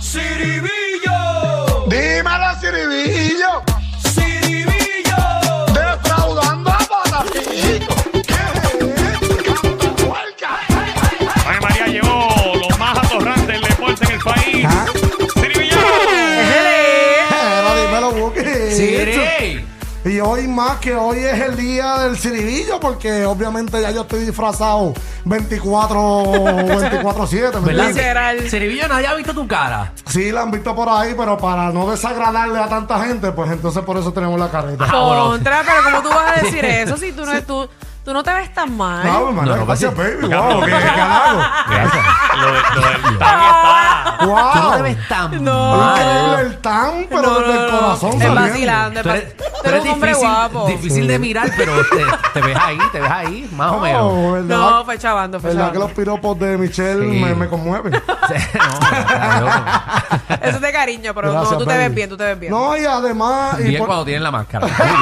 ¡Siribillo! Dímelo, Ciribillo, ¡Siribillo! defraudando a Patacito. ¡Qué huelga! Ay, María llevó lo más atorrante del deporte en el país. ¿Ah? Siri Villano. Era, dímelo, Buki. ¡Siri! Y hoy más que hoy es el día del Ciribillo, porque obviamente ya yo estoy disfrazado 24, 24-7. ¿me ¿Verdad? entiendes? Siribillo, nadie ha visto tu cara. Sí, la han visto por ahí, pero para no desagradarle a tanta gente, pues entonces por eso tenemos la careta. Ah, Ah, Contra, pero ¿cómo tú vas a decir eso si tú no, tú, tú no te ves tan mal? Ah, bueno, No, no, gracias, pues sí. baby. Wow, qué qué halago. Lo de- lo del tan está. Wow. Tú no te ves tan No. Increíble mal. el tan, pero No, no, desde el no. corazón Es saliendo. vacilando, es Tú eres, vac- tú tú eres un hombre difícil, guapo. difícil de mirar, pero te, te ves ahí, te ves ahí, más o menos. No, Oh, ¿verdad? No, fue chavando, fue ¿Verdad que los chavando. piropos de Michelle pues, Sí. me, me conmueven? Sí, no, claro. Eso es de cariño, pero Gracias, no, tú te baby. ves bien, tú te ves bien. No, y además, y Bien por- cuando tienen la máscara. Muy bien.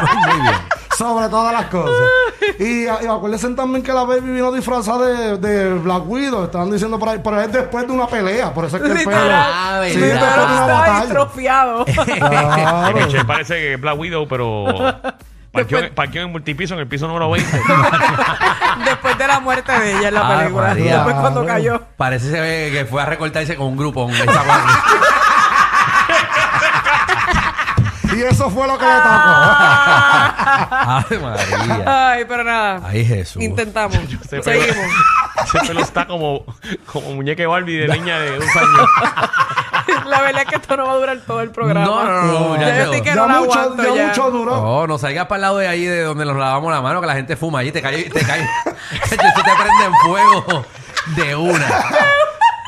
Muy, muy bien. sobre todas las cosas. Y, y acuérdense también que la baby vino disfrazada de, de Black Widow, estaban diciendo por ahí, pero es después de una pelea, por eso es que el pelo. Literal. Ah, Sí, Sí, después ¿verdad? de pero una está batalla. estropeado. Que Claro. Michelle parece que es Black Widow, pero parqueó, en- parqueó en multipiso en el piso número 20. Después de la muerte de ella en la Ah, película. María. Después cuando cayó. Parece se ve que fue a recortarse con un grupo. esa guardia. Y eso fue lo que le Ah, tocó. Ay, María. Ay, pero nada. Ay, Jesús. Intentamos. Ese pelo- Seguimos. Ese pelo está como, como muñeca de Barbie de niña de dos años. La verdad es que esto no va a durar todo el programa. No, no, no, no, ya Ya yo llegó. estoy que ya no la mucho, aguanto ya ya. mucho duró. No, no salgas para el lado de ahí de donde nos lavamos la mano, que la gente fuma allí, te cae, te cae, se te prende en fuego de una.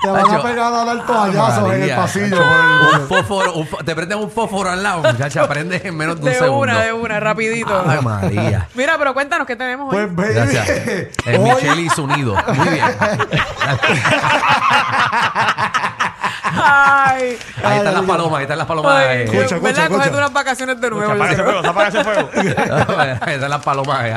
Te van a Nacho. pegar a dar toallazos en el María. pasillo. Un por el- fósforo, un fo- te prenden un fósforo al lado, muchacha, prendes en menos de un de segundo. una, de una, rapidito. Ay, María. Mira, pero cuéntanos qué tenemos hoy. Ah. Pues baby, Gracias. Es Michelle hoy, y su nido. Muy bien. Ay. Ahí están las palomas, ahí están las palomas. Ay, eh. Escucha, ¿Verdad? escucha, Cógete escucha. unas vacaciones de nuevo. Apaga yo ese creo. fuego, apaga ese fuego. Ahí están las palomas eh,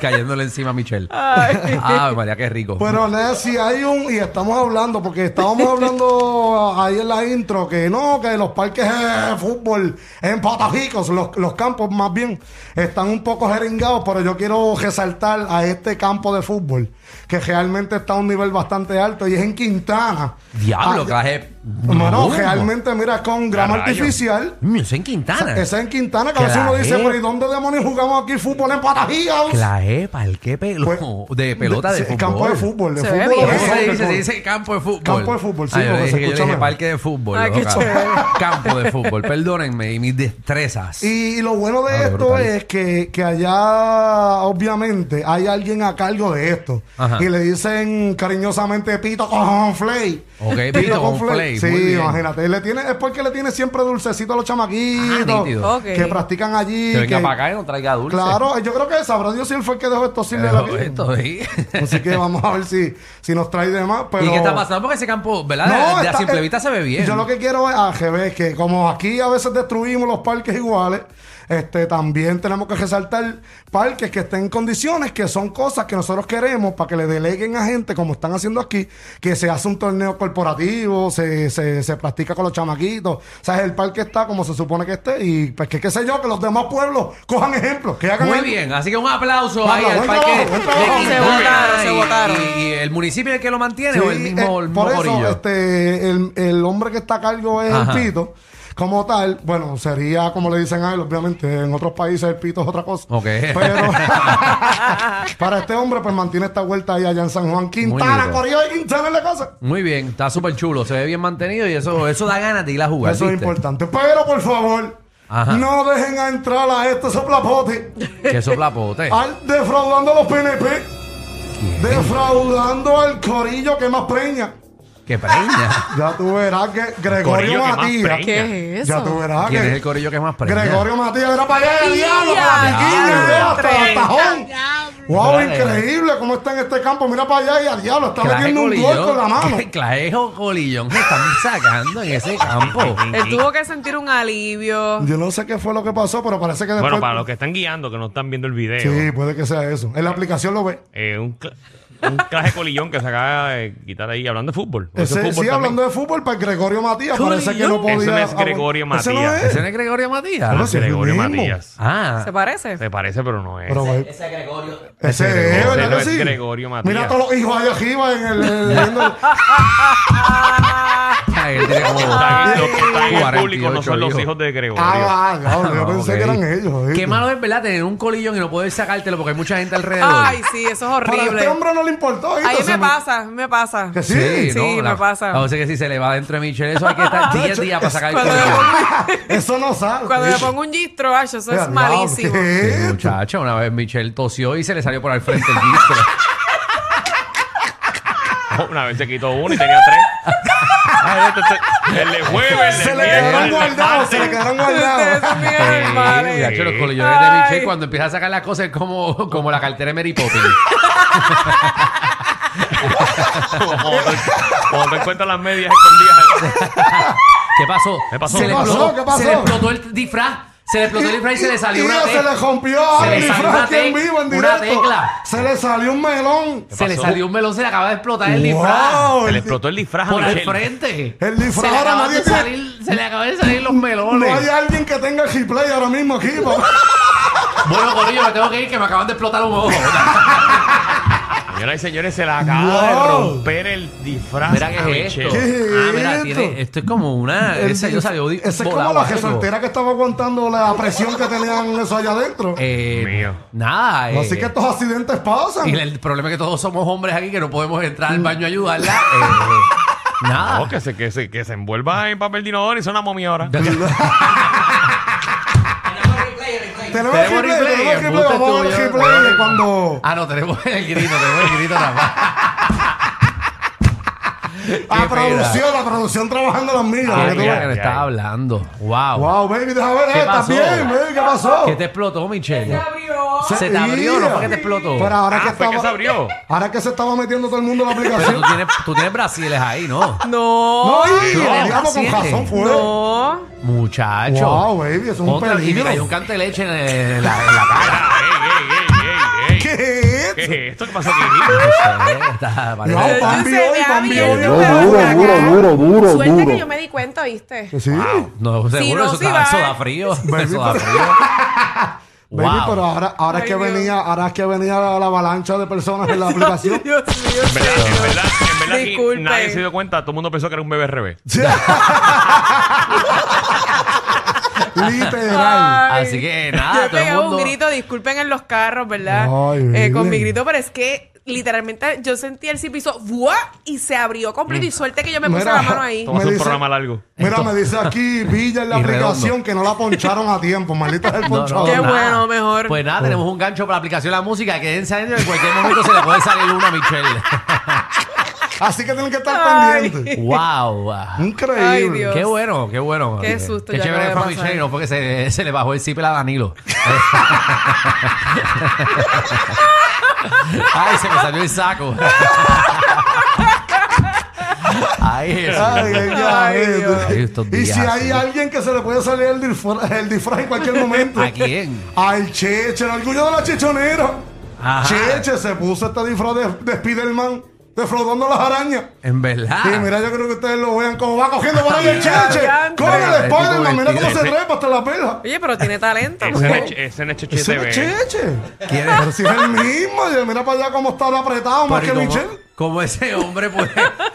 cayéndole encima a Michelle. Ay. Ay, María, qué rico. Pero nada, si hay un, y estamos hablando, porque estábamos hablando ahí en la intro, que no, que los parques de fútbol en Patajicos, los, los campos más bien, están un poco jeringados, pero yo quiero resaltar a este campo de fútbol, que realmente está a un nivel bastante alto, y es en Quintana. Diablo, Ah, traje. Mano, realmente, mira, con grama Carayo. artificial. Mm, Eso en Quintana. Esa en Quintana, que a veces uno Claro. dice, pero ¿y dónde demonios jugamos aquí fútbol en Patajicos? Claje, ¿para qué pelo? Pues, de pelota de, sí, fútbol. Campo de fútbol, de Se ve fútbol. bien. de Eso se fútbol. dice, se dice campo de fútbol. Campo de fútbol, sí, Ah, yo porque se dije, que yo escucha dije mejor. Ah, parque de fútbol. Ay, qué loca. chévere. Campo de fútbol, perdónenme, y mis destrezas. Y lo bueno de Ah, qué esto brutal. es que, que allá, obviamente, hay alguien a cargo de esto. Ajá. Y le dicen cariñosamente pito con flay. Ok, pito con flake, muy Sí, bien. imagínate. Le tiene, es porque le tiene siempre dulcecito a los Ah, chamaquitos nítido. Ok. que practican allí. que venga que- para acá y nos traiga dulce. Claro, yo creo que sabrá Dios si él fue el que dejó estos Pero sirve la esto, sí. Así que vamos a ver si, si nos trae de más. Pero... ¿Y qué está pasando? Porque ese campo, ¿verdad? De- de a está- simple eh, vista se ve bien. Yo lo que quiero es, ah, que ves que como aquí a veces destruimos los parques iguales, este también tenemos que resaltar parques que estén en condiciones que son cosas que nosotros queremos para que le deleguen a gente, como están haciendo aquí, que se hace un torneo corporativo, se, se, se practica con los chamaquitos. O sea, el parque está como se supone que esté y pues que qué sé yo, que los demás pueblos cojan ejemplos, que hagan Muy el- bien, así que un aplauso Vamos, ahí al buen parque trabajo, buen trabajo. Se de Quintana votaron, se y- votaron. Y, y el municipio es el que lo mantiene Sí, o el mismo, eh, el mismo por eso corillo? este, el, el hombre que está a cargo es Ajá. el pito. Como tal, bueno, sería como le dicen a él, obviamente, en otros países el pito es otra cosa. Ok. Pero para este hombre, pues mantiene esta vuelta ahí allá en San Juan. Quintana, nítido. Corrió y Quintana es la cosa. Muy bien, está súper chulo, se ve bien mantenido y eso, eso da ganas de ir a jugar. Eso es ¿viste? importante. Pero por favor, Ajá. no dejen a entrar a este soplapote Que soplapote. al defraudando a los PNP, defraudando al corillo que más preña. Que preña. Ya tú verás que Gregorio Corillo que más Matías. preña. ¿Qué es Ya eso? tú verás ¿Quién Ah, que. es el corillo que más preña? Gregorio Matías, era para allá, Ya, diablo, con la piquiña, diablo. eh, hasta el tajón. Wow, Dale. increíble cómo está en este campo. Mira para allá y al diablo, está Claje metiendo un Colillón. gol con la mano. Claje Colillón se están sacando en ese campo. Él tuvo que sentir un alivio. Yo no sé qué fue lo que pasó, pero parece que después. Bueno, para los que están guiando, que no están viendo el video, Sí, puede que sea eso. En la aplicación lo ve. eh, un, cla- un clase colillón que se acaba de quitar ahí hablando de fútbol. Porque eso Ese, es sí, fútbol también. hablando de fútbol, para Gregorio Matías parece que no podía. Ese no es Gregorio abon- Ese no Matías. es. ¿Ese no es Gregorio Bueno, Matías? sí. es el Ah, Gregorio mismo. Matías. Ah, ¿Se parece? Se parece, pero no es. Pero, güey, Ese ese Gregorio. Gregorio. es, Ese ¿verdad no que es sí? Gregorio Matías. Mira a todos los hijos allá arriba en el. en el- Ah, él tiene como Están- los que están en el 48 público no son los hijos. hijos de Gregorio. Ah, diablo, yo Ah, pensé ok. que eran ellos. ¿viste? Qué malo es, ¿verdad? Tener un colillón y no poder sacártelo porque hay mucha gente alrededor. Ay, sí, eso es Pero a horrible. este hombre no le importó. ¿viste? Ahí Se me pasa, me pasa. Que sí. Sí, me La- pasa. la cosa es que si se le va dentro de Michelle, eso hay que estar 10 días para sacar el Cuando colillón. Eso no sale. Cuando le pongo un gistro, ay, eso es Mira, malísimo. diablo, ¿qué? Sí, muchacho, una vez Michelle tosió y se le salió por al frente el gistro. Oh, Una vez se quitó uno y tenía tres. Ay, este- este- el de jueves, el de Se le viernes, quedaron el de guardados, se le martes. quedaron Ustedes guardados. son bien Sí, animales. muchacho, los colillones de Ay. Michelle cuando empieza a sacar las cosas es como, como la cartera de Mary Poppins. Ah, Cuando te- Cuando te encuentras las medias escondidas. ¿Qué pasó? ¿Qué pasó? Se le ¿Qué pasó? explotó- ¿Qué pasó? Se le explotó el disfraz. Se le explotó el disfraz y se le salió Y una ya se tecla. le rompió a Se le Andy salió una Frank en tec- vivo, en una directo. tecla. Se le salió un melón. Se le salió un melón, se le acaba de explotar el disfraz. Wow, Se le el, explotó el disfraz a Por el Michelle. frente. el Se disfraz le, ahora acaba nadie de tiene. salir, se le acaban de salir los No melones. hay alguien que tenga replay ahora mismo aquí. po. Bueno, Corillo, me tengo que ir que me acaban de explotar un ojo. Señoras y señores, se le acaba de Wow. romper el disfraz Mira a Ah, qué es esto. Michelle. Ah, mira, esto? tiene, esto es como una. El ese yo dis- salió di- ese es como volado la algo. resaltera que estaba aguantando la presión que tenían eso allá adentro. Eh, Mío. Nada. eh, Así que estos accidentes pasan. Y el problema es que todos somos hombres aquí que no podemos entrar al baño a ayudarla. Eh, nada. No, que se, que, se, que se envuelva en papel de inodoro y son una momia ahora. Tenemos replay, replay. Tenemos Tenemos replay, replay, tenemos el replay. embuste Vamos a ver el tuyo. replay de cuando. Ah, no, tenemos el grito, tenemos el grito nada más. A Qué pena. producción, Ah, la producción trabajando las millas. Ah, para que tú mira veas. que ay, me ay. estaba hablando. Wow. Wow, baby, deja ver, ¿Qué eh, ¿estás pasó? bien, baby? ¿Qué pasó? ¿Qué te explotó, Michelle? Abrió. Se te abrió, no fue que te Sí. explotó. Pero ahora que Ah, fue estaba, que se abrió. Ahora que se estaba metiendo todo el mundo en la Pero tú aplicación. tienes, tú tienes brasiles ahí, ¿no? No, No, y no, digamos con así es. razón fue. no. Muchacho. Wow, baby, es un Contra, y peligro. mira, hay un cante de leche en, en la, en la cara. Mira, ey, ey, ey, ey, ey. ¿Qué es ¿Qué esto? es esto? ¿Qué pasó aquí? Está- No, pan Yo parece- vio hoy, sé, pan ya vio vi hoy. el Yo- video. Duro, duro, duro, duro, Suerte que duro. yo me di cuenta, ¿viste? Que Sí. No, seguro, no, eso, sí está, va. eso da frío. Baby, Eso da pero- frío. Baby, Wow. pero ahora, ahora es Ay, que Dios. venía, ahora es que venía la, la avalancha de personas en la aplicación. Dios mío. En verdad, en verdad, en verdad aquí Disculpen. nadie se dio cuenta. Todo el mundo pensó que era un bebé revés. Literal. Ay, Así que Yo nada, he todo el pegado mundo. un grito, disculpen en los carros, ¿verdad? Ay, Eh, con bien. mi grito, pero es que literalmente yo sentí el zip hizo ¡buah! y se abrió completo y suerte que yo me puse Mira. la mano ahí. Vamos Me a hacer un dice- programa largo. Mira, me dice aquí Villa en la Y aplicación redondo. que no la poncharon a tiempo. Maldita es el ponchador. Qué bueno, mejor. Pues nada, tenemos un gancho para la aplicación de la música. Quédense adentro, en cualquier momento se le puede salir una a Michelle. Así que tienen que estar Ay. pendientes. ¡Wow! Increíble. Ay, Dios. Qué bueno, qué bueno. Qué susto, Qué ya chévere acaba fue a de Michelle, pasar. no porque se, se le bajó el zipper a Danilo. Ay, se me salió el saco. Ay, Jesús. Ay, ay, ay, Ay, Dios. ay. Estos Y días, si hay sí. alguien que se le puede salir el disfraz, el disfraz en cualquier momento. ¿A quién? Al Cheche, el orgullo de la chichonera. Ajá. Cheche se puso este disfraz de, de Spiderman, defraudando las arañas. En verdad. Y mira, yo creo que ustedes lo vean cómo va cogiendo por ahí el Cheche. Diantre. Con el Mira, Spiderman, mira cómo vestido. se trepa hasta la pela. Oye, pero tiene talento. Ese es el- ese es el Cheche Ese no TV. es Cheche. Pero si es el mismo, oye, mira para allá cómo está de apretado, más Pero que ¿y cómo- Michelle. ¿Cómo ese hombre puede,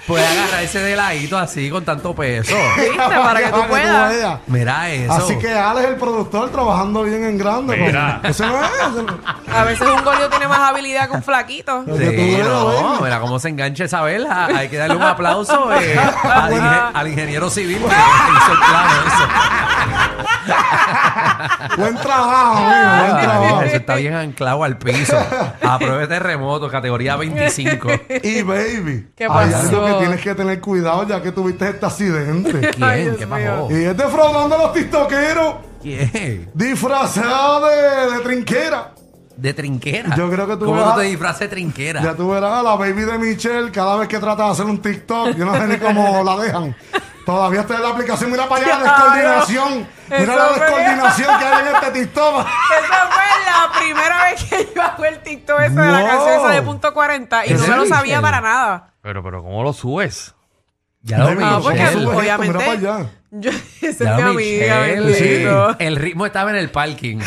puede agarrarse de ladito así con tanto peso? ¿Viste? Para que tú puedas. veas. Mira eso. Así que Alex, el productor, trabajando bien en grande. Mira. Eso no es. ese no- A veces un golio tiene más habilidad que un flaquito. Lo que tú Sí, veas, no, baby. mira cómo se engancha esa vela. Hay que darle un aplauso eh, al, inge- al ingeniero civil que hizo el plano eso. Buen trabajo, amigo, buen trabajo. Ah, Eso está bien anclado al piso. A prueba de terremoto, categoría 25. Y baby, ¿Qué hay pasó? algo que tienes que tener cuidado ya que tuviste este accidente. Ay, ¿Quién? Dios ¿Qué mío. pasó? y es defraudando a los tiktokeros ¿Quién? disfrazado de, de trinquera. De trinquera. Yo creo que tú ¿Cómo vas- no te disfraces de trinquera? Ya tú verás a la baby de Michelle cada vez que trata de hacer un TikTok. Yo no sé ni cómo la dejan. Todavía está en la aplicación. Mira para allá la descoordinación. Mira la Eso fue- descoordinación que hay en este TikTok. Esa fue la primera vez que yo hago el TikTok ese de la Wow. canción esa de punto 40 y no ¿En me lo serio? sabía para nada. Pero, pero, ¿cómo lo subes? Ya Ay, lo mi Ah, Michelle, porque sube esto, Michelle. obviamente. mira para allá. Yo, esa es Ya mi lo amiga, Michelle. Pues bendito. El ritmo estaba en el parking.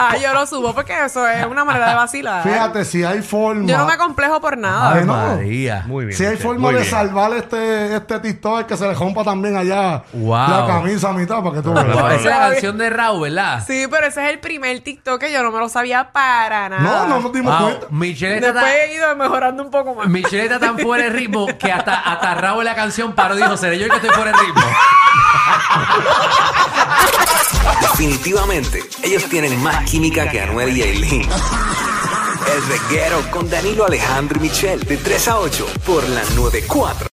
Ah, yo lo subo porque eso es una manera de vacilar. Fíjate, si hay forma. Yo no me complejo por nada. Ay, no. María. Muy bien. Si hay Michelle, forma muy de bien. salvar este, este TikTok, que se le rompa también allá Wow. la camisa a mitad para que tú Wow, veas. esa es la canción de Raúl, ¿verdad? Sí, pero ese es el primer TikTok que yo no me lo sabía para nada. No, no nos dimos Wow, cuenta. Michelle está Después he ido mejorando un poco más. tan, Michelle está tan fuera de ritmo que hasta, hasta Raúl la canción paró y dijo, seré yo el que estoy fuera de ritmo. Definitivamente, ellos tienen más química que Anuel y Aileen. El reguero con Danilo Alejandro y Michel, de 3 a 8, por la 94.